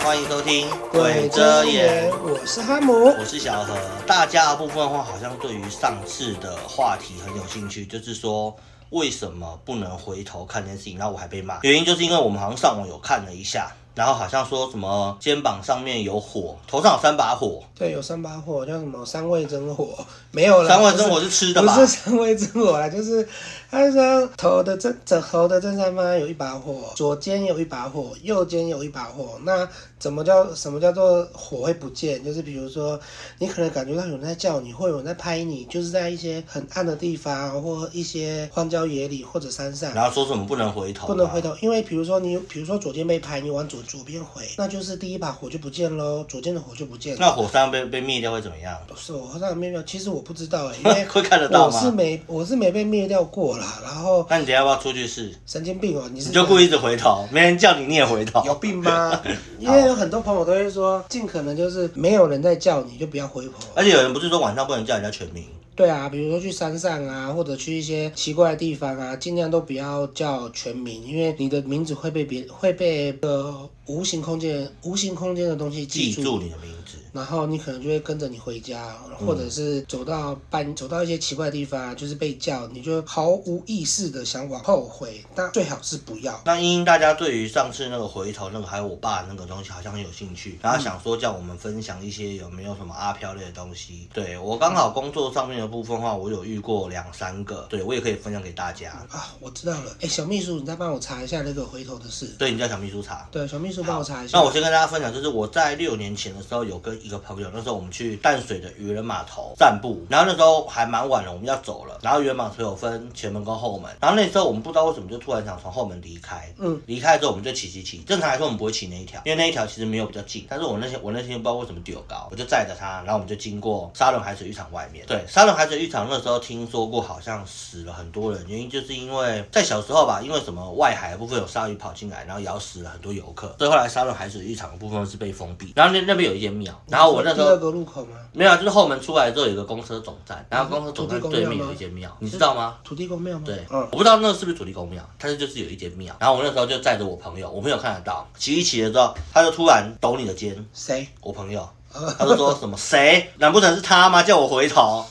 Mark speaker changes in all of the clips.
Speaker 1: 欢迎收听《
Speaker 2: 鬼
Speaker 1: 鬼
Speaker 2: 遮
Speaker 1: 遮
Speaker 2: 眼
Speaker 1: 眼》，，
Speaker 2: 我是哈姆。
Speaker 1: 我是小何。大家的部分的话，好像对于上次的话题很有兴趣，就是说为什么不能回头看这件事情，然后我还被骂，原因就是因为我们好像上网有看了一下，然后好像说什么肩膀上面有火，头上有三把火，
Speaker 2: 对，有三把火，叫什么三味真火？没有啦，
Speaker 1: 三味
Speaker 2: 不
Speaker 1: 真
Speaker 2: 是
Speaker 1: 火是吃的吧
Speaker 2: 不？是三味真火啦， 就是他说头的正正头的正上方有一把火，左肩有一把火，右肩有一把火。那怎么叫什么叫做火会不见？就是比如说你可能感觉到有人在叫你，或有人在拍你，就是在一些很暗的地方，或一些荒郊野里或者山上。
Speaker 1: 然后说什么不能回头，
Speaker 2: 不能回。头，因为比如说你，比如说左肩被拍，你往左左边回，那就是第一把火就不见喽，左肩的火就不见了。
Speaker 1: 那火山被被灭掉会怎么样？
Speaker 2: 不是我好像没有，其实我不知道 哎、因为
Speaker 1: 会看得到
Speaker 2: 我是
Speaker 1: 吗？
Speaker 2: 没我是没被灭掉过啦。然后
Speaker 1: 那你等一下要不要出去试？
Speaker 2: 神经病哦、你是
Speaker 1: 你就故意一直回头，没人叫你你也回头。
Speaker 2: 有病 吗？因为有很多朋友都会说，尽可能就是没有人在叫你就不要回头。
Speaker 1: 而且有人不是说晚上不能叫人家全名，
Speaker 2: 对啊，比如说去山上啊，或者去一些奇怪的地方啊，尽量都不要叫全名，因为你的名字会被别会被呃无形空间无形空间的东西
Speaker 1: 记
Speaker 2: 记住。
Speaker 1: 住你的名字。
Speaker 2: 然后你可能就会跟着你回家，
Speaker 1: 嗯
Speaker 2: 或者是走到半走到一些奇怪的地方，就是被叫，你就毫无意识的想往后回，但最好是不要。啊
Speaker 1: 那因大家对于上次那个回头那个还有我爸那个东西好像很有兴趣，然后想说叫我们分享一些有没有什么阿飘类的东西。对我刚好工作上面的部分的话，我有遇过两三个，对我也可以分享给大家。
Speaker 2: 啊，我知道了。哎，小秘书，你再帮我查一下那个回头的事。
Speaker 1: 所以你叫小秘书查。
Speaker 2: 对，小秘书帮我查一下。
Speaker 1: 那我先跟大家分享，就是我在六年前的时候有跟一个朋友，那时候我们去淡水的渔人码头散步，然后那时候还蛮晚了，我们要走了。然后渔人码头有分前门跟后门，然后那时候我们不知道为什么就突然想从后门离开，
Speaker 2: 嗯，
Speaker 1: 离开之后我们就骑骑骑。正常来说我们不会骑那一条，因为那一条其实没有比较近，但是我那天我那天不知道为什么丢高，我就载着他，然后我们就经过沙仑海水浴场外面。对，沙仑海水浴场那时候听说过好像死了很多人，原因就是因为在小时候吧，因为什么外海的部分有鲨鱼跑进来，然后咬死了很多游客，所以后来沙仑海水浴场的部分是被封闭。然后那那边有一间庙，然后我那时
Speaker 2: 第二
Speaker 1: 候。
Speaker 2: 个路口吗？
Speaker 1: 没有啊，就是后门出来之后有一个公车总站，然后公车总
Speaker 2: 土
Speaker 1: 站
Speaker 2: 地啊公
Speaker 1: 对面
Speaker 2: 庙吗
Speaker 1: 有一间庙，你知道吗？
Speaker 2: 土地公庙吗？
Speaker 1: 啊对，
Speaker 2: 嗯，
Speaker 1: 我不知道那是不是土地公庙，但是就是有一间庙。然后我那时候就载着我朋友，我朋友看得到，骑一骑了之后，他就突然抖你的肩，
Speaker 2: 谁？
Speaker 1: 我朋友，他就说什么谁？难不成是他吗？叫我回头？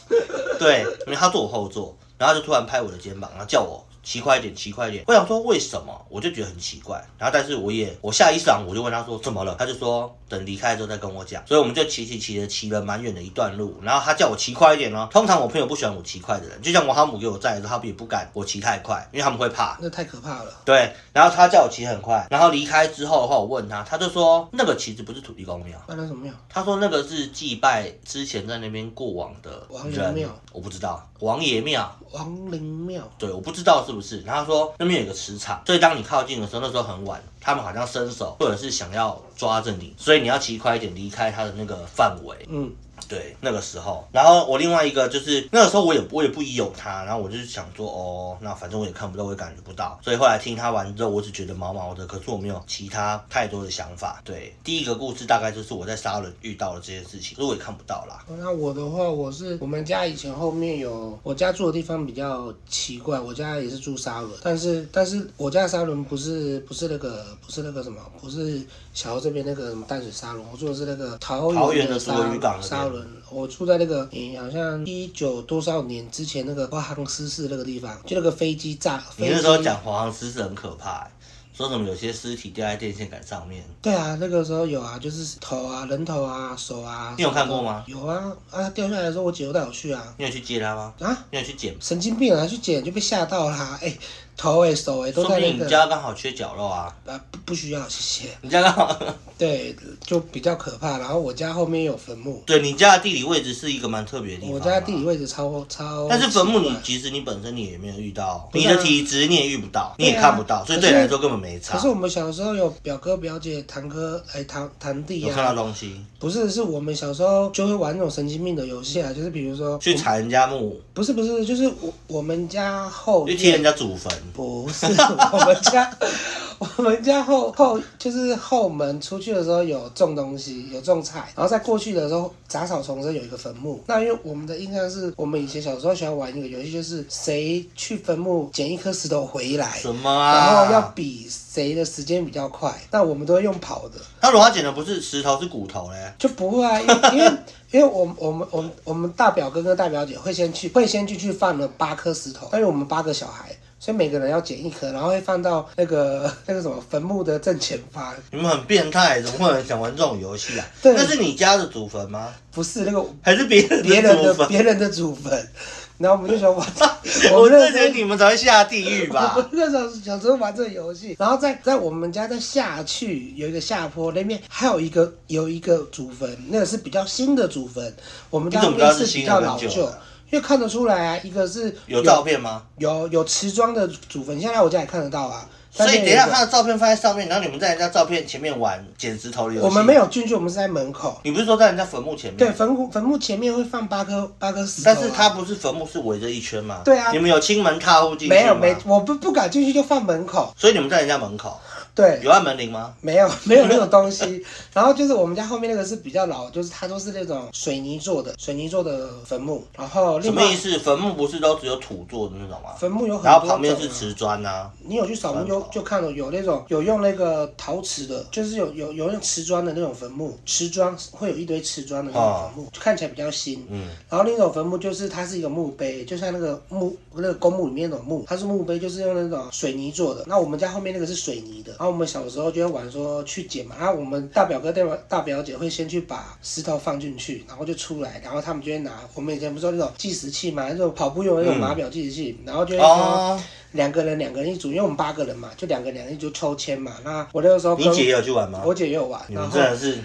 Speaker 1: 对，因为他坐我后座，然后他就突然拍我的肩膀，然后叫我。骑快一点，骑快一点！我想说为什么，我就觉得很奇怪。然后，但是我也，我下意识上我就问他说怎么了，他就说等离开之后再跟我讲。所以我们就骑骑骑的骑了蛮远的一段路。然后他叫我骑快一点哦。通常我朋友不喜欢我骑快的人，就像我哈姆给我载的时候，他们也不敢我骑太快，因为他们会怕。
Speaker 2: 啊那太可怕了。
Speaker 1: 对，然后他叫我骑很快，然后离开之后的话，我问他，他就说那个其实不是土地公庙，
Speaker 2: 那那什么庙？
Speaker 1: 他说那个是祭拜之前在那边过往的
Speaker 2: 王爷
Speaker 1: 人
Speaker 2: 庙，
Speaker 1: 我不知道王爷庙。
Speaker 2: 王灵庙。
Speaker 1: 对，我不知道是不是。然后他说那边有个磁场，所以当你靠近的时候，那时候很晚，他们好像伸手或者是想要抓着你，所以你要骑快一点离开他的那个范围。
Speaker 2: 嗯，
Speaker 1: 对，那个时候，然后我另外一个就是那个时候我也我也不疑有他，然后我就是想说哦，那反正我也看不到，我也感觉不到，所以后来听他完之后，我只觉得毛毛的，可是我没有其他太多的想法。对，第一个故事大概就是我在沙伦遇到了这件事情，可是我也看不到啦。
Speaker 2: 哦那我的话，我是我们家以前后面有我家住的地方比较奇怪，我家也是住沙仑，但是但是我家的沙仑不是不是那个不是那个什么，不是小欧这边那个什么淡水沙仑，我住的是那个
Speaker 1: 桃
Speaker 2: 桃
Speaker 1: 园
Speaker 2: 园
Speaker 1: 的
Speaker 2: 沙
Speaker 1: 竹围渔港那边
Speaker 2: 沙仑，我住在那个嗯好像一九多少年之前那个华航失事那个地方，就那个飞机炸，
Speaker 1: 你
Speaker 2: 飞
Speaker 1: 那
Speaker 2: 机
Speaker 1: 时候讲华航失事很可怕、欸说什么有些尸体掉在电线杆上面，
Speaker 2: 对啊，那个时候有啊，就是头啊、人头啊、手啊，
Speaker 1: 你有看过吗？
Speaker 2: 有啊，啊掉下来的时候我姐又带我去啊，
Speaker 1: 你有去接他吗？
Speaker 2: 啊。
Speaker 1: 你有去捡吗？
Speaker 2: 神经病啊，去捡就被吓到啦！哎、头哎、手哎、都
Speaker 1: 说
Speaker 2: 在
Speaker 1: 不
Speaker 2: 那
Speaker 1: 定你
Speaker 2: 个
Speaker 1: 家刚好缺角肉啊，
Speaker 2: 啊，不不需要，谢谢。
Speaker 1: 你家刚好，
Speaker 2: 对，就比较可怕。然后我家后面有坟墓，
Speaker 1: 对你家的地理位置是一个蛮特别的地方啊
Speaker 2: 我
Speaker 1: 嘛。
Speaker 2: 家地理位置超超。
Speaker 1: 但是坟墓你其实你本身你也没有遇到，
Speaker 2: 哦不
Speaker 1: 你
Speaker 2: 是啊
Speaker 1: 的体质你也遇不到，你
Speaker 2: 对啊
Speaker 1: 也看不到，所以对你
Speaker 2: 可是
Speaker 1: 来说根本没差
Speaker 2: 可。是我们小时候有表哥、表姐、堂哥、哎、堂堂弟
Speaker 1: 有看到
Speaker 2: 啊，
Speaker 1: 东西，
Speaker 2: 不是，是我们小时候就会玩那种神经病的游戏啊，就是比如说，
Speaker 1: 去踩人家墓，
Speaker 2: 不是不是，就是我我们家后
Speaker 1: 去贴
Speaker 2: 院
Speaker 1: 人家祖坟，
Speaker 2: 不是我们家，我们家后后就是后门出去的时候有种东西，有种菜，然后在过去的时候杂草丛生有一个坟墓。那因为我们的印象是我们以前小时候喜欢玩一个游戏，就是谁去坟墓捡一颗石头回来，
Speaker 1: 什么
Speaker 2: 哎然后要
Speaker 1: 啊？
Speaker 2: 比谁的时间比较快。那我们都会用跑的，
Speaker 1: 他如果他捡的不是石头是骨头嘞，
Speaker 2: 就不会啊，因因为 因为我们我们我们我们大表哥跟大表姐会先去会先去去放了八颗石头，因为我们八个小孩，所以每个人要捡一颗，然后会放到那个 那个什么坟墓的正前方。
Speaker 1: 你们很变态，怎么会有人想玩这种游戏啊？
Speaker 2: 对
Speaker 1: 那是你家的祖坟吗？
Speaker 2: 不是那个
Speaker 1: 还是别人
Speaker 2: 别人
Speaker 1: 祖
Speaker 2: 的
Speaker 1: 坟？，
Speaker 2: 别人的祖坟，然后我们就想玩我
Speaker 1: 我
Speaker 2: 们那
Speaker 1: 这
Speaker 2: 时
Speaker 1: 觉得
Speaker 2: 候。
Speaker 1: 你们才会下地狱
Speaker 2: 我们
Speaker 1: 吧？
Speaker 2: 那时候小时候玩这个游戏，然后在在我们家再下去有一个下坡，那边还有一个有一个祖坟，那个是比较新的祖坟，我们家
Speaker 1: 你
Speaker 2: 那
Speaker 1: 怎么知道
Speaker 2: 边
Speaker 1: 是
Speaker 2: 是
Speaker 1: 新
Speaker 2: 比
Speaker 1: 的
Speaker 2: 较
Speaker 1: 跟
Speaker 2: 老
Speaker 1: 旧的
Speaker 2: 旧，因为看得出来啊，一个是
Speaker 1: 有照片吗？
Speaker 2: 有有瓷砖的祖坟，现在我家也看得到啊。
Speaker 1: 所以
Speaker 2: 但
Speaker 1: 等
Speaker 2: 是
Speaker 1: 一下他的照片放在上面，然后你们在人家照片前面玩捡石头的游戏。
Speaker 2: 我们没。有进去，我们是在门口。
Speaker 1: 你不是说在人家坟墓前面？
Speaker 2: 对，。坟墓坟墓前面会放八颗八颗石头啊、
Speaker 1: 但是它不是坟墓，是围着一圈嘛？
Speaker 2: 对啊
Speaker 1: 你们有亲门踏户进去吗
Speaker 2: 没有没，我不不敢进去就放门口。
Speaker 1: 所以你们在人家门口
Speaker 2: 对，
Speaker 1: 有按门铃吗？
Speaker 2: 没 有没有那种东西。然后就是我们家后面那个是比较老，就是它都是那种水泥做的，水泥做的坟墓。然后
Speaker 1: 什
Speaker 2: 另
Speaker 1: 么
Speaker 2: 外
Speaker 1: 意思？坟墓不是都只有土做的那种吗？
Speaker 2: 坟墓有很多
Speaker 1: 然后旁边
Speaker 2: 种
Speaker 1: 是
Speaker 2: 啊
Speaker 1: 瓷砖啊，
Speaker 2: 你有去扫墓就就看了，有那种有用那个陶瓷的，就是有有有用瓷砖的那种坟墓，瓷砖会有一堆瓷砖的那种坟墓，就看起来比较新。
Speaker 1: 啊嗯，
Speaker 2: 然后另一种坟墓就是它是一个墓碑，就像那个墓那个公墓里面那种墓，它是墓碑，就是用那种水泥做的。那我们家后面那个是水泥的，然后我们小时候就会玩说去捡嘛，然啊后我们大表哥大表大表姐会先去把石头放进去，然后就出来，然后他们就会拿我们以前不是有那种计时器嘛，那种跑步用的那种码表计时器，然后就会说。
Speaker 1: 嗯哦，
Speaker 2: 两个人两个人一组，因为我们八个人嘛，就两个人两个人一组抽签嘛。那我那个时候跟
Speaker 1: 你姐也有去玩吗？
Speaker 2: 我姐也有玩，
Speaker 1: 你
Speaker 2: 然
Speaker 1: 们
Speaker 2: 后
Speaker 1: 真的是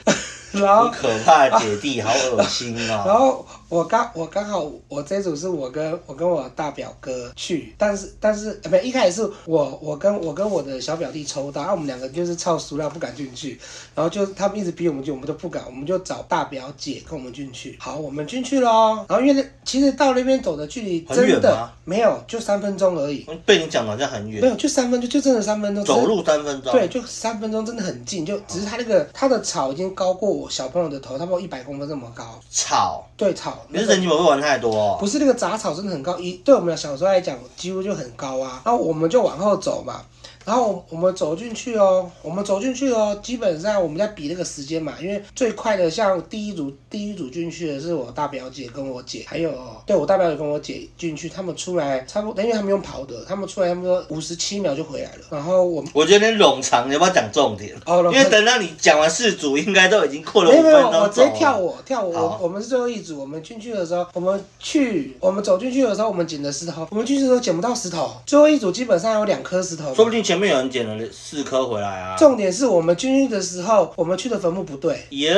Speaker 2: 然
Speaker 1: 很
Speaker 2: 后
Speaker 1: 可怕的姐弟，好恶心
Speaker 2: 然
Speaker 1: 啊！
Speaker 2: 后我刚我刚好我这一组是我跟我跟我大表哥去，但是但是呃没有一开始是我我跟我跟我的小表弟抽到，然后啊我们两个就是超熟了不敢进去，然后就他们一直逼我们进，我们都不敢，我们就找大表姐跟我们进去。好，我们进去喽。然后因为那其实到那边走的距离
Speaker 1: 很远
Speaker 2: 真的
Speaker 1: 吗
Speaker 2: 没有，就三分钟而已，
Speaker 1: 被你讲得好像很
Speaker 2: 没
Speaker 1: 远，
Speaker 2: 有就三分钟，就真的三分钟，只是
Speaker 1: 走路三分钟。
Speaker 2: 对，，就三分钟真的很近，就只是它那个它的草已经高过我小朋友的头，差不多一百公分这么高。
Speaker 1: 草，
Speaker 2: 对，草
Speaker 1: 你
Speaker 2: 那
Speaker 1: 是
Speaker 2: 个
Speaker 1: 神奇宝贝玩太多哦。
Speaker 2: 不是那个杂草真的很高，一对我们小时候来讲几乎就很高啊。然后我们就往后走嘛，然后我我们走进去哦，我们走进去哦，基本上我们在比那个时间嘛，因为最快的像第一组第一组进去的是我大表姐跟我姐，还有对我大表姐跟我姐进去，他们出来差不多，因为他们用跑的，他们出来他们说五十七秒就回来了，然后我们
Speaker 1: 我觉得你冗长，你要不要讲重点？
Speaker 2: 哦，
Speaker 1: 因为等到你讲完四组，应该都已经过了
Speaker 2: 没
Speaker 1: 五
Speaker 2: 有没
Speaker 1: 分
Speaker 2: 有，
Speaker 1: 钟
Speaker 2: 我直
Speaker 1: 走
Speaker 2: 接
Speaker 1: 了
Speaker 2: 跳我跳我，
Speaker 1: 好
Speaker 2: 我我们是最后一组，我们进去的时候，我们去我们走进去的时候，我们捡的石头，我们进去的时候捡不到石头，最后一组基本上有两颗石头。
Speaker 1: 说不定前面有人捡了四颗回来啊。
Speaker 2: 重点是我们进去的时候，我们去的坟墓不对，
Speaker 1: 耶、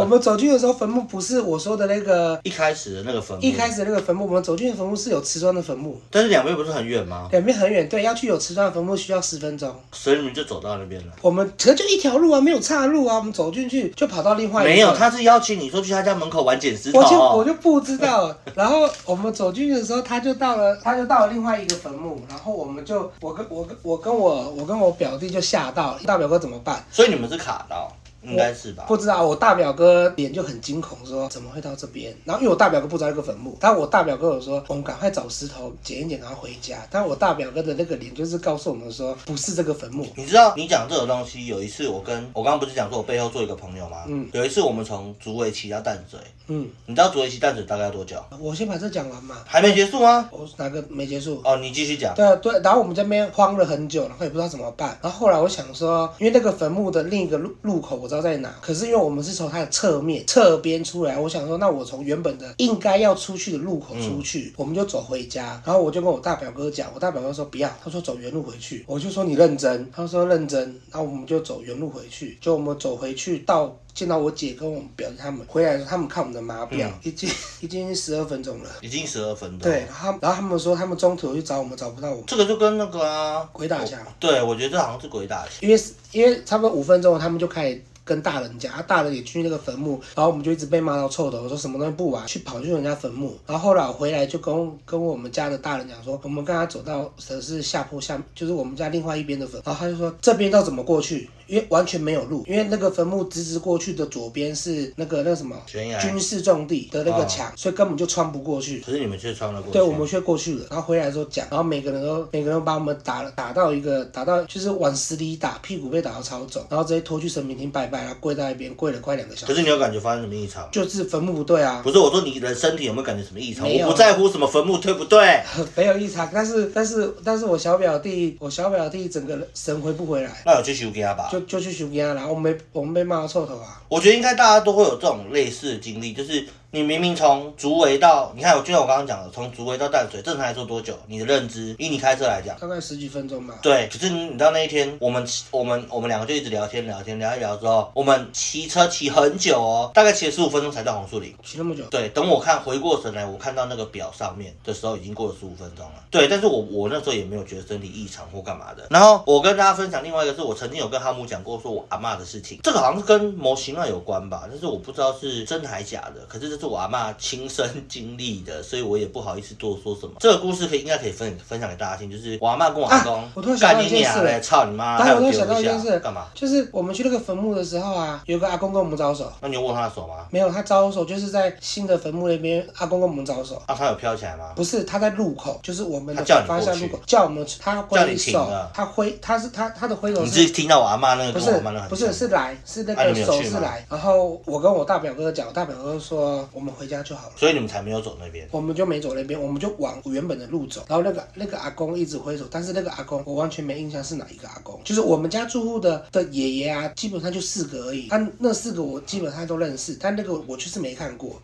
Speaker 2: 我们走进去的时候，坟墓不是我说的那个
Speaker 1: 一开始的那个坟墓，嗯
Speaker 2: 一开始那个坟墓，我们走进去的坟墓是有瓷砖的坟墓，
Speaker 1: 但是两边不是很远吗？
Speaker 2: 两边很远，对，要去有瓷砖的坟墓需要十分钟。
Speaker 1: 所以你们就走到那边了。
Speaker 2: 我们可就一条路啊，没有岔路啊，我们走进去就跑到另外一个。
Speaker 1: 没有，他是邀请你说去他家门口玩捡石头
Speaker 2: 我就我
Speaker 1: 哦。
Speaker 2: 就不知道。然后我们走进去的时候，他就到了，他就到了另外一个坟墓，然后我们就我跟我跟我跟我我跟我表弟就吓到，大表哥怎么办？
Speaker 1: 所以你们是卡到，应该是吧？
Speaker 2: 不知道，我大表哥脸就很惊恐，说怎么会到这边？然后因为我大表哥不知道那个坟墓，但我大表哥有说我们赶快找石头捡一捡，然后回家。但我大表哥的那个脸就是告诉我们说不是这个坟墓，
Speaker 1: 你知道你讲这种东西，有一次我跟我刚刚不是讲说我背后做一个朋友吗？
Speaker 2: 嗯，
Speaker 1: 有一次我们从竹围骑到淡水，
Speaker 2: 嗯，
Speaker 1: 你知道竹围骑淡水大概要多久？
Speaker 2: 我先把这讲完嘛，
Speaker 1: 还没结束吗？
Speaker 2: 我哪个没结束？
Speaker 1: 哦，你继续讲。
Speaker 2: 对啊对，然后我们这边慌了很久，然后也不知道怎么办。然后后来我想说，因为那个坟墓的另一个路路口我知道在哪，可是因为我们是从它的侧面侧边出来，我想说，那我从原本的应该要出去的路口出去，我们就走回家。然后我就跟我大表哥讲，我大表哥说不要，他说走原路回去。我就说你认真，他说认真。然后我们就走原路回去，就我们走回去到见到我姐跟我们表姐他们回来的时候，他们看我们的码表，已经已经十二分钟了。
Speaker 1: 已经十二分钟。
Speaker 2: 对，，然后然后他们说他们中途去找我们，找不到我们，
Speaker 1: 这个就跟那个啊，
Speaker 2: 鬼打墙。
Speaker 1: 对我觉得这好像是鬼打墙。
Speaker 2: 因为因为差不多五分钟，他们就开始跟大人讲，啊，大人也去那个坟墓，然后我们就一直被骂到臭头，说什么东西不玩，去跑去人家坟墓，然后后来我回来就跟跟我们家的大人讲说，我们刚刚走到的是下坡下，就是我们家另外一边的坟，然后他就说这边要怎么过去，因为完全没有路，因为那个坟墓直直过去的左边是那个那个什么
Speaker 1: 悬崖
Speaker 2: 军事重地的那个
Speaker 1: 哦
Speaker 2: 墙，所以根本就穿不过去。
Speaker 1: 可是你们却穿了过去。
Speaker 2: 对，我们却过去了，然后回来的时候讲，然后每个人都每个人都把我们打打到一个打到就是往死里打，屁股被打到超肿，然后直接拖去神明厅拜拜，然后跪在那边跪了快两个小
Speaker 1: 可
Speaker 2: 时，
Speaker 1: 是你有感觉发生什么异常吗？
Speaker 2: 就是坟墓不对啊，
Speaker 1: 不是我说你的身体有没有感觉什么异常？
Speaker 2: 没有啊
Speaker 1: 我不在乎什么坟墓对不对？
Speaker 2: 没有异常，但是但是但是我小表弟我小表弟整个人神回不回来，
Speaker 1: 那有去修给他吧。
Speaker 2: 就就去寻烟，然后我们被我们被骂到臭头啊，
Speaker 1: 我觉得应该大家都会有这种类似的经历，就是你明明从竹围到，你看，我就像我刚刚讲的，从竹围到淡水，正常来说多久？你的认知，以你开车来讲，
Speaker 2: 大概十几分钟吧，
Speaker 1: 对。可是你你知道那一天，我们我们我们两个就一直聊天聊天聊一聊之后，我们骑车骑很久哦，大概骑了十五分钟才到红树林。
Speaker 2: 骑那么久，
Speaker 1: 对，等我看回过神来，我看到那个表上面的时候，已经过了十五分钟了。对，但是我我那时候也没有觉得身体异常或干嘛的。然后我跟大家分享另外一个是我曾经有跟哈姆讲过，说我阿嬷的事情，这个好像是跟模型啊有关吧，但是我不知道是真还假的。可是这是我阿嬷亲身经历的，所以我也不好意思多说什么。这个故事可以应该可以分分享给大家听，就是我阿嬷跟我阿公，
Speaker 2: 啊我突然想到
Speaker 1: 干
Speaker 2: 一
Speaker 1: 你
Speaker 2: 件事
Speaker 1: 娘嘞，操你妈，
Speaker 2: 然
Speaker 1: 啊还
Speaker 2: 后
Speaker 1: 有
Speaker 2: 我又
Speaker 1: 丢
Speaker 2: 想到一
Speaker 1: 下
Speaker 2: 件事，
Speaker 1: 干嘛？？
Speaker 2: 就是我们去那个坟墓的时候啊，有个阿公跟我们招手。
Speaker 1: 那你有握他的手吗？
Speaker 2: 没有，他招手就是在新的坟墓那边，阿公跟我们招手，
Speaker 1: 啊，他有飘起来吗？
Speaker 2: 不是，他在路口，就是我们的
Speaker 1: 他叫你
Speaker 2: 方向
Speaker 1: 过
Speaker 2: 路
Speaker 1: 去
Speaker 2: 口，叫我们他
Speaker 1: 叫
Speaker 2: 挥
Speaker 1: 你停
Speaker 2: 手
Speaker 1: 了，
Speaker 2: 他挥他是他他的挥手
Speaker 1: 你
Speaker 2: 是。
Speaker 1: 是听到我阿嬷那个
Speaker 2: 不
Speaker 1: 跟
Speaker 2: 是
Speaker 1: 我阿嬷那个很
Speaker 2: 不是
Speaker 1: 像
Speaker 2: 是来是那
Speaker 1: 啊
Speaker 2: 个
Speaker 1: 你们有
Speaker 2: 手
Speaker 1: 去
Speaker 2: 是
Speaker 1: 吗
Speaker 2: 来，然后我跟我大表哥讲，我大表哥说我们回家就好了，
Speaker 1: 所以你们才没有走那边。
Speaker 2: 我们就没走那边，我们就往原本的路走。然后那个那个阿公一直挥手，但是那个阿公我完全没印象是哪一个阿公，就是我们家住户的的爷爷啊，基本上就四个而已，他那四个我基本上都认识，但那个我就是没看过。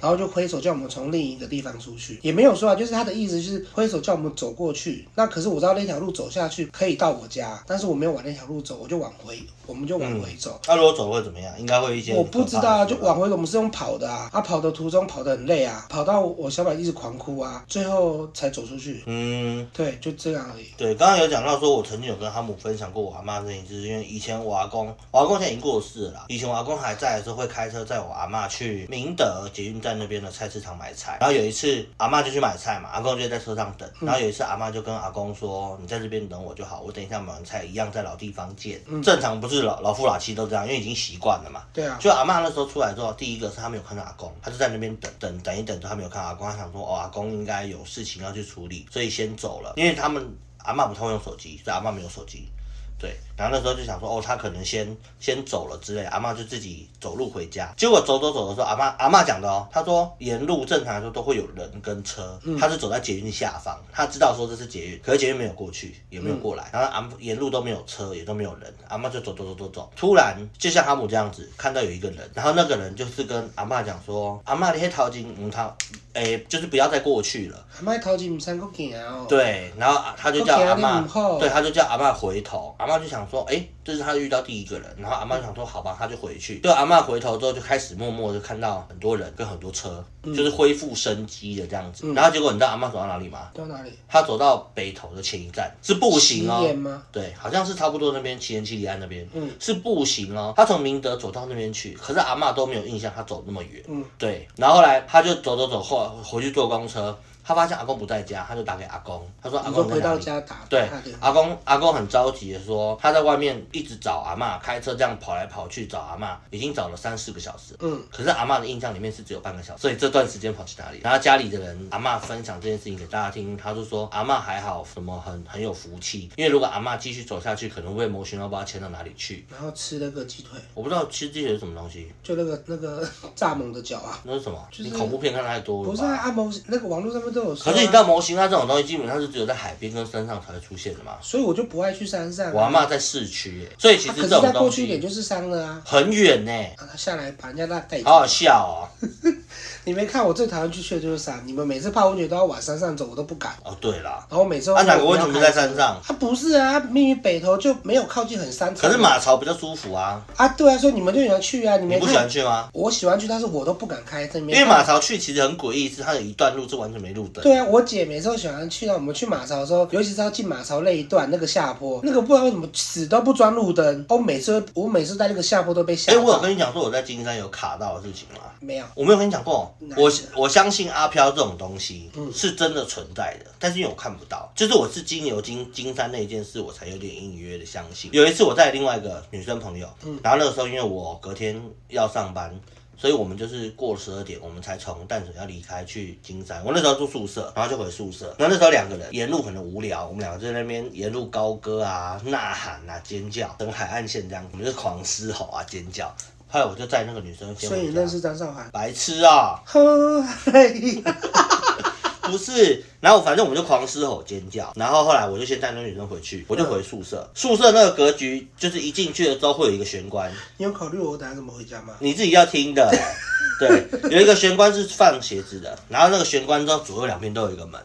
Speaker 2: 然后就挥手叫我们从另一个地方出去，也没有说啊，就是他的意思就是挥手叫我们走过去。那可是我知道那条路走下去可以到我家，但是我没有往那条路走，我就往回，我们就往回走。
Speaker 1: 那、如果走会怎么样？应该会一些
Speaker 2: 我不知道啊，就
Speaker 1: 往
Speaker 2: 往回走，我们是用跑的啊，啊跑的途中跑得很累啊，跑到我小宝一直狂哭啊，最后才走出去。
Speaker 1: 嗯，
Speaker 2: 对，就这样而已。
Speaker 1: 对，刚刚有讲到说，我曾经有跟哈姆分享过我阿妈的事情，就是因为以前我阿公，我阿公现在已经过世了啦，以前我阿公还在的时候，会开车载我阿妈去明德捷运站那边的菜市场买菜。然后有一次，阿妈就去买菜嘛，阿公就在车上
Speaker 2: 嗯
Speaker 1: 等。然后有一次，阿妈就跟阿公说：“你在这边等我就好，我等一下买完菜一样在老地方见。
Speaker 2: 嗯
Speaker 1: 正常不是老老夫老妻都这样，因为已经习惯了嘛。
Speaker 2: 对啊，
Speaker 1: 就阿嬷那时候出来之后，第一个是她没有看到阿公，她就在那边等等等一等，她没有看到阿公，她想说哦，阿公应该有事情要去处理，所以先走了。因为他们阿嬷不太会用手机，所以阿嬷没有手机。对，然后那时候就想说，哦，她可能先先走了之类，阿嬷就自己走路回家。结果走走走的时候，阿嬷阿嬷讲的哦，她说沿路正常来说都会有人跟车，她是走在捷运下方，她知道说这是捷运，可是捷运没有过去，也没有过来，然后阿沿路都没有车，也都没有人，阿嬷就走走走走走，突然就像哈姆这样子，看到有一个人，然后那个人就是跟阿嬷讲说，阿嬷你黑淘金，嗯，他，哎，就是不要再过去了。
Speaker 2: 阿麦头前唔三个行哦。
Speaker 1: 对，然后啊他就叫
Speaker 2: 我走
Speaker 1: 阿
Speaker 2: 你
Speaker 1: 妈
Speaker 2: 母后，
Speaker 1: 对，他就叫阿妈回头，阿妈就想说，哎，这是他遇到第一个人，然后阿妈就想说，好吧，他就回去。就阿妈回头之后，就开始默默就看到很多人跟很多车，就是恢复生机的这样子。然后结果你知道阿妈走到哪里吗？
Speaker 2: 到哪里？
Speaker 1: 她走到北投的前一站是步行
Speaker 2: 奇
Speaker 1: 哦
Speaker 2: 岩，吗？
Speaker 1: 对，好像是差不多那边七贤七里安那边，
Speaker 2: 嗯
Speaker 1: 是步行哦。他从明德走到那边去，可是阿嬷都没有印象他走那么远，
Speaker 2: 嗯，
Speaker 1: 对。然后后来他就走走走，后回去坐公车，他发现阿公不在家，他就打给阿公，他说阿
Speaker 2: 你说
Speaker 1: 公啊
Speaker 2: 回
Speaker 1: 在哪
Speaker 2: 到
Speaker 1: 里？
Speaker 2: 家啊打
Speaker 1: 对
Speaker 2: 打电，话。
Speaker 1: 阿公阿公很着急的说，他在外面一直找阿嬷，开车这样跑来跑去找阿嬷，已经找了三四个小时。
Speaker 2: 嗯，
Speaker 1: 可是阿嬷的印象里面是只有半个小时，所以这段时间跑去哪里？然后家里的人，阿嬷分享这件事情给大家听，他就说阿嬷还好，什么很很有福气，因为如果阿嬷继续走下去，可能会被魔神妖不知道牵到哪里去。
Speaker 2: 然后吃那个鸡腿，
Speaker 1: 我不知道吃鸡腿是什么东西，
Speaker 2: 就那个那个蚱蜢的脚啊，
Speaker 1: 那是什么？
Speaker 2: 就是
Speaker 1: 你恐怖片看太多了
Speaker 2: 不是
Speaker 1: 吧？
Speaker 2: 啊，阿毛那个网络上面都有说啊。
Speaker 1: 可是你知道模型啊这种东西基本上是只有在海边跟山上才会出现的嘛。
Speaker 2: 所以我就不爱去山上啊。
Speaker 1: 我阿嬷在市区耶，所以其
Speaker 2: 啊
Speaker 1: 实
Speaker 2: 可
Speaker 1: 这
Speaker 2: 是再
Speaker 1: 种
Speaker 2: 过
Speaker 1: 东
Speaker 2: 去一点
Speaker 1: 西
Speaker 2: 就是山了啊。
Speaker 1: 很远呢、欸
Speaker 2: 啊，他下来把人家那带走。
Speaker 1: 好好笑哦！
Speaker 2: 你没看我最讨厌去去的就是山，你们每次泡温泉都要往山上走，我都不敢。
Speaker 1: 哦，对啦，
Speaker 2: 然后每次
Speaker 1: 啊，
Speaker 2: 都
Speaker 1: 哪
Speaker 2: 说
Speaker 1: 个
Speaker 2: 我
Speaker 1: 温
Speaker 2: 要
Speaker 1: 泉不
Speaker 2: 开
Speaker 1: 在
Speaker 2: 车
Speaker 1: 山上？
Speaker 2: 啊，不是啊，明明北头就没有靠近很山城。
Speaker 1: 可是马槽比较舒服啊，
Speaker 2: 啊，对啊，所以你们就喜欢去啊，你
Speaker 1: 你
Speaker 2: 没
Speaker 1: 不喜欢
Speaker 2: 看？
Speaker 1: 去吗？
Speaker 2: 我喜欢去，但是我都不敢开车。因
Speaker 1: 因为马槽去其实很诡异，是它有一段路是完全没路灯。
Speaker 2: 对啊，我姐每次都喜欢去到我们去马槽的时候，尤其是要进马槽那一段那个下坡，那个不知道为什么死都不装路灯。我每次我每次在那个下坡都被吓
Speaker 1: 哎，
Speaker 2: 到。
Speaker 1: 我有跟你讲说我在金山有卡到的事情吗？
Speaker 2: 没有，
Speaker 1: 我没有跟你讲过
Speaker 2: 哪，一个嗯
Speaker 1: 我我相信阿飘这种东西是真的存在的，但是因为我看不到，就是我是经由金金山那一件事，我才有点隐约的相信。有一次我带另外一个女生朋友，
Speaker 2: 嗯
Speaker 1: 然后那个时候因为我隔天要上班，所以我们就是过十二点，我们才从淡水要离开去金山。我那时候住宿舍，然后就回宿舍。然后那时候两个人沿路很无聊，我们两个就在那边沿路高歌啊、呐喊啊、尖叫，整个海岸线这样，我们就狂嘶吼啊、尖叫。后来我就载那个女生先
Speaker 2: 所
Speaker 1: 回
Speaker 2: 以你
Speaker 1: 家
Speaker 2: 认识张韶涵？
Speaker 1: 白痴啊、
Speaker 2: 呵，嘿
Speaker 1: 不是，然后反正我们就狂嘶吼尖叫，然后后来我就先带那女生回去，我就回宿舍。宿舍那个格局就是一进去了之后会有一个玄关，
Speaker 2: 你有考虑我等下怎么回家吗？
Speaker 1: 你自己要听的。 对，有一个玄关是放鞋子的，然后那个玄关之后左右两边都有一个门。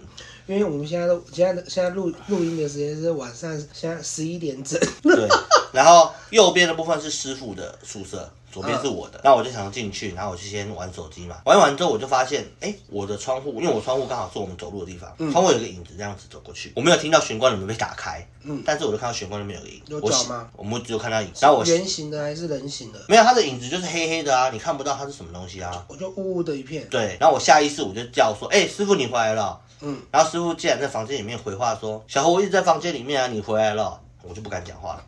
Speaker 2: 因为我们现在都现在的现在录录音的时间是晚上，现在十一点整。
Speaker 1: 对，然后右边的部分是师傅的宿舍，左边是
Speaker 2: 嗯
Speaker 1: 我的。那、我就想进去，然后我就先玩手机嘛。玩完之后我就发现，哎，我的窗户，因为我窗户刚好是我们走路的地方，
Speaker 2: 嗯
Speaker 1: 窗户有一个影子这样子走过去，我没有听到玄关的门被打开，
Speaker 2: 嗯
Speaker 1: 但是我就看到玄关那边有个影，
Speaker 2: 有
Speaker 1: 我
Speaker 2: 脚
Speaker 1: 洗
Speaker 2: 吗？
Speaker 1: 我们只有看到影，然啊后我洗
Speaker 2: 圆形的还是人形的？
Speaker 1: 没有它的影子就是黑黑的啊，你看不到它是什么东西啊。
Speaker 2: 我就雾雾的一片。
Speaker 1: 对，然后我下意识我就叫说，哎、师傅你回来了。
Speaker 2: 嗯，
Speaker 1: 然后师傅竟然在房间里面回话说：“小何，我一直在房间里面啊，你回来了。”我就不敢讲话了。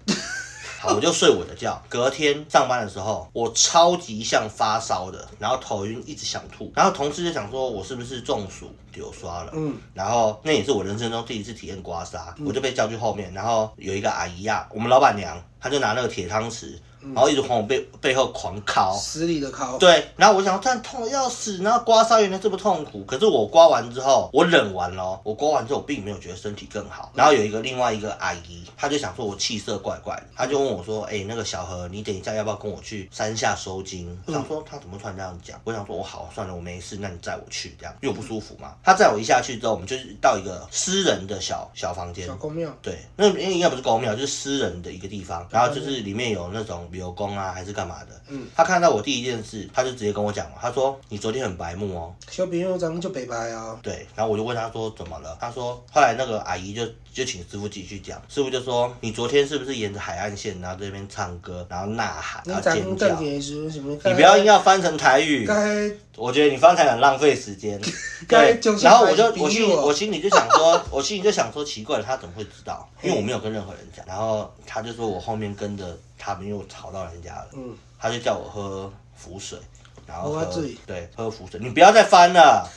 Speaker 1: 好，我就睡我的觉。隔天上班的时候，我超级像发烧的，然后头晕，一直想吐。然后同事就想说我是不是中暑流刷了？
Speaker 2: 嗯，
Speaker 1: 然后那也是我人生中第一次体验刮痧，我就被叫去后面，然后有一个阿姨啊，我们老板娘，她就拿那个铁汤匙，然后一直往我背背后狂敲，
Speaker 2: 十里的考。
Speaker 1: 对，然后我想，但痛的要死，然后刮痧原来这么痛苦。可是我刮完之后，我忍完了，哦我刮完之后我并没有觉得身体更好。然后有一个另外一个阿姨，她就想说我气色怪怪的，她就问我说：“哎、那个小何，你等一下要不要跟我去山下收金？”我想说她怎么突然这样讲？我想说我哦好算了，我没事，那你载我去这样，因为我不舒服嘛。她载我一下去之后，我们就是到一个私人的小小房间
Speaker 2: 小，公庙。
Speaker 1: 对，那边应该不是公庙，就是私人的一个地方，然后就是里面有那种旅游工啊，还是干嘛的。
Speaker 2: 嗯，
Speaker 1: 他看到我第一件事，他就直接跟我讲了，他说你昨天很白目哦。
Speaker 2: 小朋友咱们就北白啊。
Speaker 1: 对，然后我就问他说怎么了，他说后来那个阿姨就就请师傅继续讲，师傅就说你昨天是不是沿着海岸线，然后在那边唱歌，然后呐喊，
Speaker 2: 你
Speaker 1: 然后
Speaker 2: 咱们
Speaker 1: 尖叫
Speaker 2: 更。别说什么？
Speaker 1: 啊你不要硬要翻成台语，
Speaker 2: 该
Speaker 1: 我觉得你翻台很浪费时 间。
Speaker 2: 该
Speaker 1: 对
Speaker 2: 就是，
Speaker 1: 然后我就
Speaker 2: 比喻
Speaker 1: 我心里
Speaker 2: 我
Speaker 1: 我心里就想说， 我心里就想说奇怪了，他怎么会知道？因为我没有跟任何人讲。然后他就说我后面跟着他们又吵到人家了，
Speaker 2: 嗯，
Speaker 1: 他就叫我喝浮水，然后
Speaker 2: 喝
Speaker 1: 喝
Speaker 2: 醉
Speaker 1: 对喝浮水，你不要再翻了。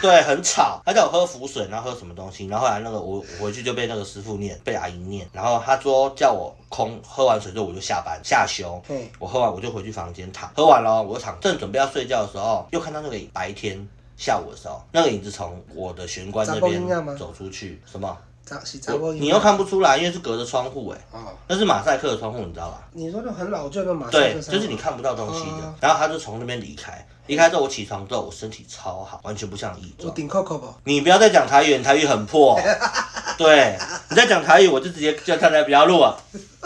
Speaker 1: 对，很吵。他叫我喝浮水，然后喝什么东西，然后后来那个我我回去就被那个师傅念，被阿姨念，然后他说叫我空喝完水之后我就下班下休，
Speaker 2: 嘿，
Speaker 1: 我喝完我就回去房间躺，喝完了我就躺，正准备要睡觉的时候，又看到那个白天下午的时候，那个影子从我的玄关那
Speaker 2: 杂报音啊量吗
Speaker 1: 边走出去，什么？
Speaker 2: 早洗澡
Speaker 1: 我
Speaker 2: 过
Speaker 1: 你又看不出来，因为是隔着窗户哎、
Speaker 2: 哦，
Speaker 1: 那是马赛克的窗户，你知道吧？
Speaker 2: 你说那很老旧的马赛克
Speaker 1: 对，
Speaker 2: 山
Speaker 1: 就是你看不到东西的
Speaker 2: 哦。
Speaker 1: 然后他就从那边离开，离开之后我起床之后，我身体超好，完全不像异
Speaker 2: 我
Speaker 1: 状。
Speaker 2: 顶扣扣不？
Speaker 1: 你不要再讲台语，你台语很破。对，你再讲台语，我就直接叫大家不要录了，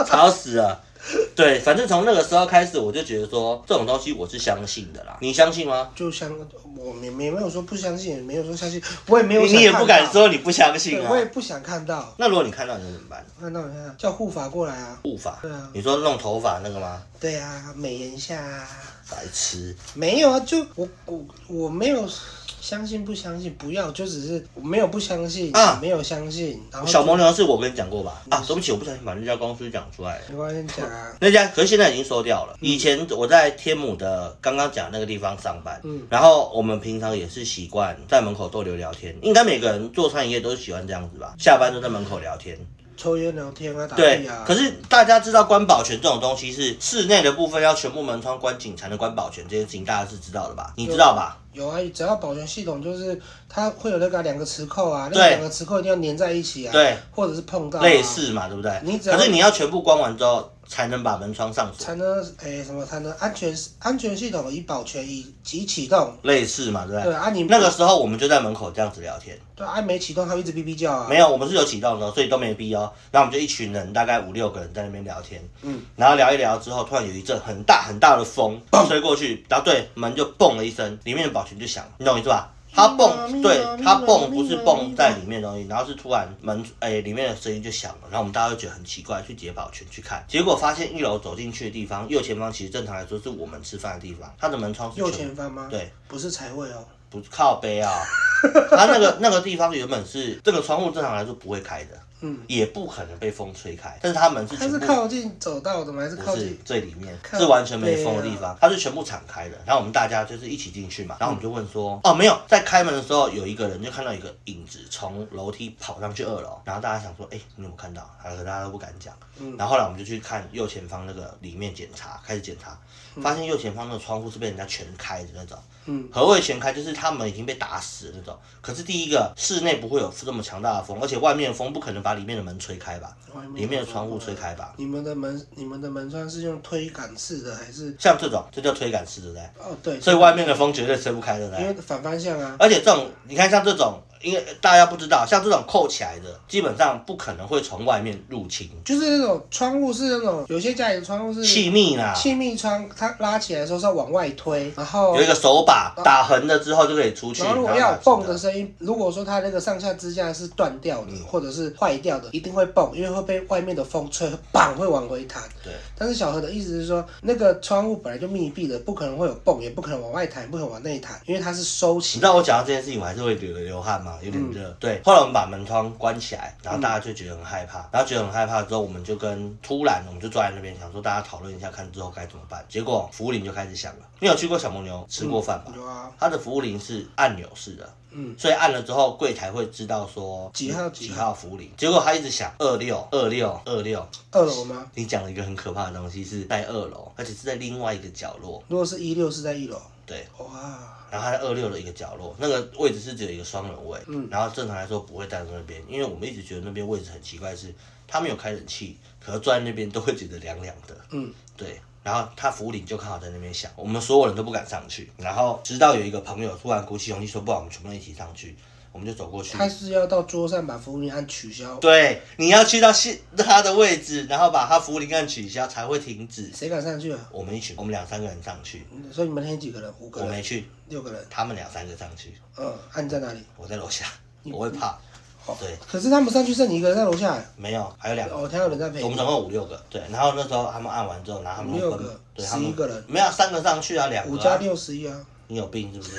Speaker 1: 吵死了。对，反正从那个时候开始，我就觉得说这种东西我是相信的啦。你相信吗？
Speaker 2: 就相我没没没有说不相信，也没有说相信，我也没 有
Speaker 1: 你
Speaker 2: 想
Speaker 1: 你也
Speaker 2: 看
Speaker 1: 不敢
Speaker 2: 到，
Speaker 1: 说你不相信
Speaker 2: 对
Speaker 1: 啊
Speaker 2: 我。也不想看到，
Speaker 1: 那如果你看到，你会怎么办？
Speaker 2: 看到你看到啊叫护法过来啊，
Speaker 1: 护法
Speaker 2: 对啊？
Speaker 1: 你说弄头发那个吗？
Speaker 2: 对啊，美颜一下啊，
Speaker 1: 白痴。
Speaker 2: 没有啊，就我我我没有相信不相信，不要就只是我没有不相信，
Speaker 1: 啊
Speaker 2: 没有相信，然后
Speaker 1: 小蒙牛是我跟你讲过吧？啊，对不起，我不小心把那家公司讲出来了。
Speaker 2: 没关系讲啊，
Speaker 1: 那家可是现在已经收掉了。
Speaker 2: 嗯
Speaker 1: 以前我在天母的刚刚讲那个地方上班，
Speaker 2: 嗯
Speaker 1: 然后我们平常也是习惯在门口逗留聊天，应该每个人做餐饮业都喜欢这样子吧？下班都在门口聊天，
Speaker 2: 抽烟聊天啊，打
Speaker 1: 对
Speaker 2: 屁。啊，
Speaker 1: 可是大家知道关保全这种东西是室内的部分要全部门窗关紧才能关保全这件事情，大家是知道的吧？你知道吧？
Speaker 2: 有啊，只要保全系统就是它会有那个啊两个磁扣啊，那
Speaker 1: 对
Speaker 2: 个两个磁扣一定要粘在一起啊，
Speaker 1: 对，
Speaker 2: 或者是碰到、啊，
Speaker 1: 类似嘛，对不对？
Speaker 2: 你只要
Speaker 1: 可是你要全部关完之后，才能把门窗上锁，
Speaker 2: 才能诶、什么才能安全安全系统以保全以及启动。
Speaker 1: 类似嘛，对不
Speaker 2: 对
Speaker 1: 对？
Speaker 2: 啊你，
Speaker 1: 那个时候我们就在门口这样子聊天，
Speaker 2: 对啊没启动，它会一直哔哔叫啊。
Speaker 1: 没有，我们是有启动的，所以都没必要。然后我们就一群人，大概五六个人在那边聊天，
Speaker 2: 嗯，
Speaker 1: 然后聊一聊之后，突然有一阵很大很大的风吹过去，然后对门就嘣了一声，里面的保全就响了，你懂我意思吧？它蹦，对，它蹦不是蹦在里面的东西，然后是突然门哎、里面的声音就响了，然后我们大家就觉得很奇怪，去解保全去看，结果发现一楼走进去的地方右前方其实正常来说是我们吃饭的地方，它的门窗是
Speaker 2: 右
Speaker 1: 全
Speaker 2: 前方吗？
Speaker 1: 对，
Speaker 2: 不是财位哦。
Speaker 1: 不是靠背啊、 它那个那个地方原本是这个窗户正常来说不会开的，
Speaker 2: 嗯，
Speaker 1: 也不可能被风吹开，但是它门是
Speaker 2: 它
Speaker 1: 全
Speaker 2: 是
Speaker 1: 部
Speaker 2: 靠近走道的吗？还是靠
Speaker 1: 不是
Speaker 2: 近？
Speaker 1: 最里面，
Speaker 2: 靠
Speaker 1: 是完全没风的
Speaker 2: 背啊
Speaker 1: 地方，它是全部敞开的。然后我们大家就是一起进去嘛，然后我们就问说，哦，没有，在开门的时候有一个人就看到一个影子从楼梯跑上去二楼，然后大家想说，哎，你有没有看到？然后大家都不敢讲。
Speaker 2: 嗯
Speaker 1: 然后后来我们就去看右前方那个里面检查，开始检查，发现右前方那个窗户是被人家全开的那种。
Speaker 2: 嗯，
Speaker 1: 何谓全开？就是他们已经被打死的那种。可是第一个，室内不会有这么强大的风，而且外面的风不可能把里面的门吹开吧，
Speaker 2: 外
Speaker 1: 里面的窗户吹开吧。
Speaker 2: 你们的门，你们的门窗是用推杆式的还是？
Speaker 1: 像这种，这叫推杆式，对不对？
Speaker 2: 哦，对，
Speaker 1: 所以外面的风绝对吹不开，对不
Speaker 2: 因
Speaker 1: 对？
Speaker 2: 为反方向啊，
Speaker 1: 而且这种，你看像这种，因为大家不知道，像这种扣起来的，基本上不可能会从外面入侵，
Speaker 2: 就是那种窗户是那种有些家里的窗户是
Speaker 1: 气啊密啦，
Speaker 2: 气密窗，它拉起来的时候是要往外推，然后
Speaker 1: 有一个手把打横了之后就可以出去。
Speaker 2: 然后如果
Speaker 1: 然
Speaker 2: 要
Speaker 1: 后
Speaker 2: 有
Speaker 1: 拿
Speaker 2: 蹦
Speaker 1: 出来
Speaker 2: 的，声音，如果说它那个上下支架是断掉
Speaker 1: 嗯
Speaker 2: 的，或者是坏掉的，一定会蹦，因为会被外面的风吹，砰会往回弹。
Speaker 1: 对。
Speaker 2: 但是小何的意思是说，那个窗户本来就密闭的，不可能会有蹦，也不可能往外弹，也不可能往内弹，因为它是收
Speaker 1: 你
Speaker 2: 起
Speaker 1: 知。道我讲到这件事情，我还是会流流汗嘛，有点
Speaker 2: 嗯
Speaker 1: 热。对，后来我们把门窗关起来，然后大家就觉得很害怕，
Speaker 2: 嗯
Speaker 1: 然后觉得很害怕之后，我们就跟突然我们就坐在那边想说大家讨论一下，看之后该怎么办。结果服务铃就开始响了。你有去过小蒙牛吃过饭吧？
Speaker 2: 有啊，
Speaker 1: 它的服务铃是按钮式的，
Speaker 2: 嗯，
Speaker 1: 所以按了之后柜台会知道说
Speaker 2: 几号
Speaker 1: 几
Speaker 2: 几
Speaker 1: 号服务铃，结果它一直响二六二六二六。
Speaker 2: 二楼吗？
Speaker 1: 你讲了一个很可怕的东西是在二楼，而且是在另外一个角落，
Speaker 2: 如果是一六是在一楼，
Speaker 1: 对。
Speaker 2: 哇，
Speaker 1: 然后它在二六的一个角落，那个位置是只有一个双人位，嗯，然后正常来说不会站在那边，因为我们一直觉得那边位置很奇怪是，他没有开冷气，可是坐在那边都会觉得凉凉的，
Speaker 2: 嗯，
Speaker 1: 对。然后他服务铃就刚好在那边响，我们所有人都不敢上去。然后直到有一个朋友突然鼓起勇气说：“不然我们全部人一起上去。”我们就走过去。
Speaker 2: 他是要到桌上把服务铃按取消，
Speaker 1: 对，你要去到现他的位置，然后把他服务铃按取消才会停止。
Speaker 2: 谁敢上去啊？
Speaker 1: 我们一群，我们两三个人上去，
Speaker 2: 嗯所以你们那天几个人？五个
Speaker 1: 我
Speaker 2: 人、
Speaker 1: 没去，
Speaker 2: 六个人？
Speaker 1: 他们两三个上去，
Speaker 2: 嗯，按、你在哪里？
Speaker 1: 我在楼下，我会怕。对，
Speaker 2: 可是他们上去剩你一个人在楼下、
Speaker 1: 没有，还有两个，
Speaker 2: 哦，他有人在陪
Speaker 1: 我们
Speaker 2: 你。
Speaker 1: 总共五六个，对。然后那时候他们按完之后，然后他们就
Speaker 2: 六
Speaker 1: 分
Speaker 2: 个，
Speaker 1: 对，他
Speaker 2: 十一
Speaker 1: 们
Speaker 2: 个人，
Speaker 1: 没有三个上去啊，两
Speaker 2: 五
Speaker 1: 个、
Speaker 2: 加
Speaker 1: 啊，
Speaker 2: 六十一啊，
Speaker 1: 你有病是不是？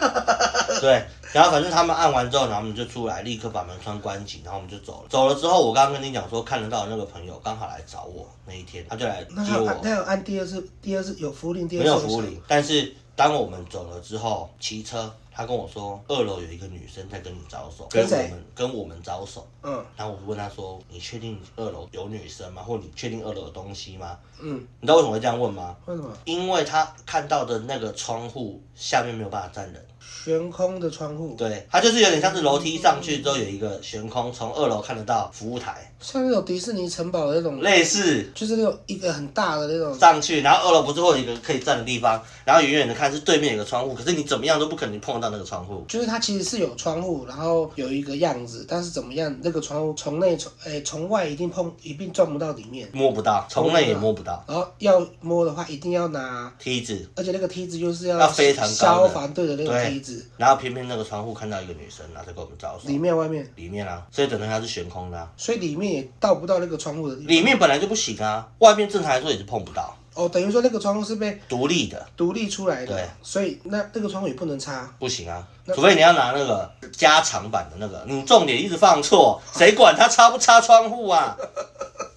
Speaker 1: 对，然后反正他们按完之后，然后我们就出来，立刻把门窗关紧，然后我们就走了。走了之后，我刚刚跟你讲说看得到的那个朋友刚好来找我那一天，他就来
Speaker 2: 那
Speaker 1: 接
Speaker 2: 他有按
Speaker 1: 我，
Speaker 2: 他有按第二次，第二次有服务令，第二
Speaker 1: 没
Speaker 2: 次
Speaker 1: 有
Speaker 2: 响
Speaker 1: 服务铃，但是当我们走了之后，骑车，他跟我说二楼有一个女生在跟你招手，跟
Speaker 2: 跟
Speaker 1: 我
Speaker 2: 谁
Speaker 1: 们跟我们招手。
Speaker 2: 嗯
Speaker 1: 然后我就问他说：“你确定二楼有女生吗？或你确定二楼有东西吗
Speaker 2: 嗯，？”
Speaker 1: 你知道为什么会这样问吗？
Speaker 2: 为什么？
Speaker 1: 因为他看到的那个窗户下面没有办法站人，
Speaker 2: 悬空的窗户，
Speaker 1: 对，他就是有点像是楼梯上去之后有一个悬空，从二楼看得到服务台，
Speaker 2: 像那种迪士尼城堡的那种，
Speaker 1: 类似
Speaker 2: 就是那种一个很大的那种，
Speaker 1: 上去，然后二楼不是会有一个可以站的地方，然后远远的看是对面有个窗户，可是你怎么样都不可能碰到那个窗户，
Speaker 2: 就是它其实是有窗户，然后有一个样子，但是怎么样，那个窗户从内从诶从外一定碰一定撞不到里面，
Speaker 1: 摸不到，从内也摸不到，
Speaker 2: 然后要摸的话一定要拿，
Speaker 1: 梯子，
Speaker 2: 而且那个梯子就是要
Speaker 1: 要非常高
Speaker 2: 消
Speaker 1: 的
Speaker 2: 防队的那
Speaker 1: 对
Speaker 2: 个梯子，
Speaker 1: 然后偏偏那个窗户看到一个女生，然后再跟我们招手
Speaker 2: 里，面外面，
Speaker 1: 里面啊，所以等于它是悬空的、啊。
Speaker 2: 所以里面也到不到那个窗户的地方。
Speaker 1: 里面本来就不行啊，外面正常来说也是碰不到，
Speaker 2: 哦，等于说那个窗户是被
Speaker 1: 独立的
Speaker 2: 独立出来
Speaker 1: 对
Speaker 2: 的，所以那那个窗户也不能擦。
Speaker 1: 不行啊，除非你要拿那个加长版的那个，你重点一直放错，谁管他擦不擦窗户啊？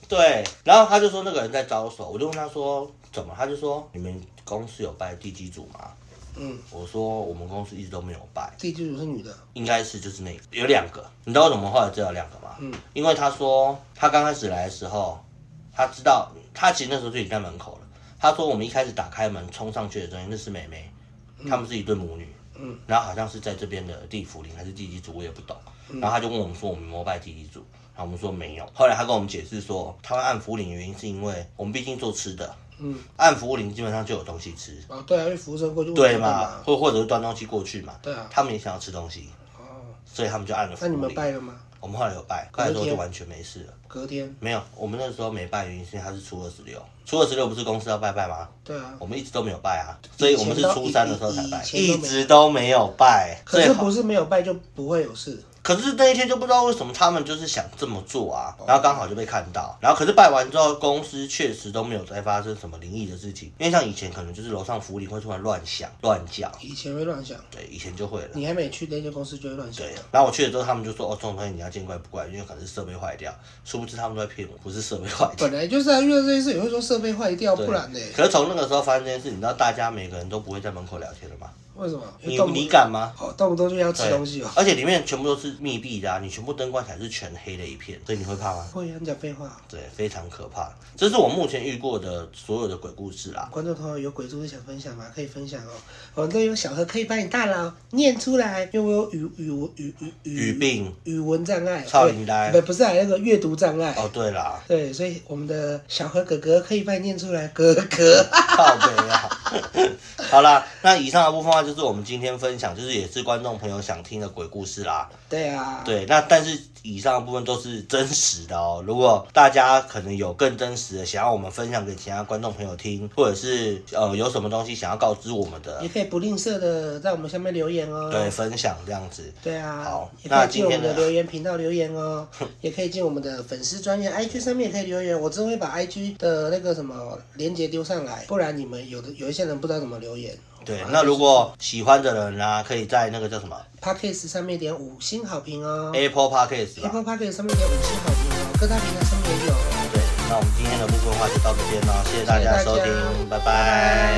Speaker 1: 对，然后他就说那个人在招手，我就问他说怎么，他就说你们公司有拜地基组吗？
Speaker 2: 嗯，
Speaker 1: 我说我们公司一直都没有拜，
Speaker 2: 地基主是女的，
Speaker 1: 应该是就是那个有两个，你知道为什么后来只有两个吗？
Speaker 2: 嗯，
Speaker 1: 因为他说他刚开始来的时候，他知道他其实那时候就已经在
Speaker 2: 嗯
Speaker 1: 门口了。他说我们一开始打开门冲上去的东西那是妹妹，他们是一对母女，嗯，然后好像是在这边的地府灵还是地基主，我也不懂。
Speaker 2: 嗯
Speaker 1: 然后他就问我们说，我们膜拜地基主，然后我们说没有。后来他跟我们解释说，他们按服务灵的原因是因为我们毕竟做吃的，嗯，按服务灵基本上就有东西吃，
Speaker 2: 哦，对啊，因为服务生过去问
Speaker 1: 对
Speaker 2: 他干嘛
Speaker 1: 嘛？或或者是端东西过去嘛，
Speaker 2: 对啊
Speaker 1: 他们也想要吃东西，
Speaker 2: 哦，
Speaker 1: 所以他们就按了服
Speaker 2: 那
Speaker 1: 务
Speaker 2: 你
Speaker 1: 灵。
Speaker 2: 们拜了吗？
Speaker 1: 我们后来有拜，拜的时候就完全没事了。
Speaker 2: 隔天，
Speaker 1: 没有，我们那时候没拜，原因是因为他是初二十六，初二十六不是公司要拜拜吗？
Speaker 2: 对啊，
Speaker 1: 我们一直都没有拜啊，所以我们是初三的时候才拜，
Speaker 2: 以
Speaker 1: 一
Speaker 2: 前都没有
Speaker 1: 直都没有拜。
Speaker 2: 可
Speaker 1: 最
Speaker 2: 是
Speaker 1: 好
Speaker 2: 不是没有拜就不会有事，
Speaker 1: 可是那一天就不知道为什么他们就是想这么做啊，然后刚好就被看到，然后可是拜完之后，公司确实都没有再发生什么灵异的事情，因为像以前可能就是楼上福林会突然乱响乱叫，
Speaker 2: 以前会乱想，
Speaker 1: 对，以前就会了。
Speaker 2: 你还没去那间公司就会乱想
Speaker 1: 对，，啊然后我去了之后，他们就说：“哦，这种东西你要见怪不怪，因为可能是设备坏掉。”殊不知他们都在骗我，不是设备坏掉。
Speaker 2: 本来就是啊，遇到这些事也会说设备坏掉，
Speaker 1: 对
Speaker 2: 不然呢？
Speaker 1: 可是从那个时候发生这件事，你知道大家每个人都不会在门口聊天了吗？
Speaker 2: 为什么？
Speaker 1: 你
Speaker 2: 动不
Speaker 1: 你敢哎吗？
Speaker 2: 哦，动不动就要吃
Speaker 1: 对
Speaker 2: 东西哦。
Speaker 1: 而且里面全部都是密闭的、啊，你全部灯关起来是全黑的一片，所以你会怕吗？
Speaker 2: 会啊，你讲废话。
Speaker 1: 对，非常可怕。这是我目前遇过的所有的鬼故事啦。
Speaker 2: 观众朋友有鬼故事想分享吗？可以分享哦。我这有小何可以帮你大佬念出来，因为我有语语文语语
Speaker 1: 语病
Speaker 2: 语文障碍，
Speaker 1: 操
Speaker 2: 对
Speaker 1: 你来
Speaker 2: 不不是啊，那个阅读障碍。，
Speaker 1: 哦，对啦
Speaker 2: 对，所以我们的小何哥哥可以帮你念出来，哥哥。
Speaker 1: 靠北啊。 好啦，那以上的部分话就是我们今天分享，就是也是观众朋友想听的鬼故事啦。
Speaker 2: 对啊，
Speaker 1: 对，那但是以上的部分都是真实的哦。如果大家可能有更真实的，想要我们分享给其他观众朋友听，或者是呃有什么东西想要告知我们的
Speaker 2: 也，可以不吝啬的在我们下面留言哦。
Speaker 1: 对，分享这样子。
Speaker 2: 对啊，
Speaker 1: 好
Speaker 2: 也可
Speaker 1: 那
Speaker 2: 以进
Speaker 1: 今
Speaker 2: 我
Speaker 1: 天
Speaker 2: 们
Speaker 1: 呢
Speaker 2: 的留言频道留言哦，也可以进我们的粉丝专业 IG 上面也可以留言，我之后会把 IG 的那个什么链接丢上来，不然你们有的有一些人不知道怎么留言。
Speaker 1: 对，那如果喜欢的人啊，可以在那个叫什么
Speaker 2: Podcast 上面点五星好评哦
Speaker 1: Apple Podcast 吧。
Speaker 2: ，Apple Podcast 上面点五星好评哦，各大平台上面也有哦。
Speaker 1: 哦对，那我们今天的部分话就到这边了，谢谢大家的收听，拜拜
Speaker 2: 拜拜
Speaker 1: 哎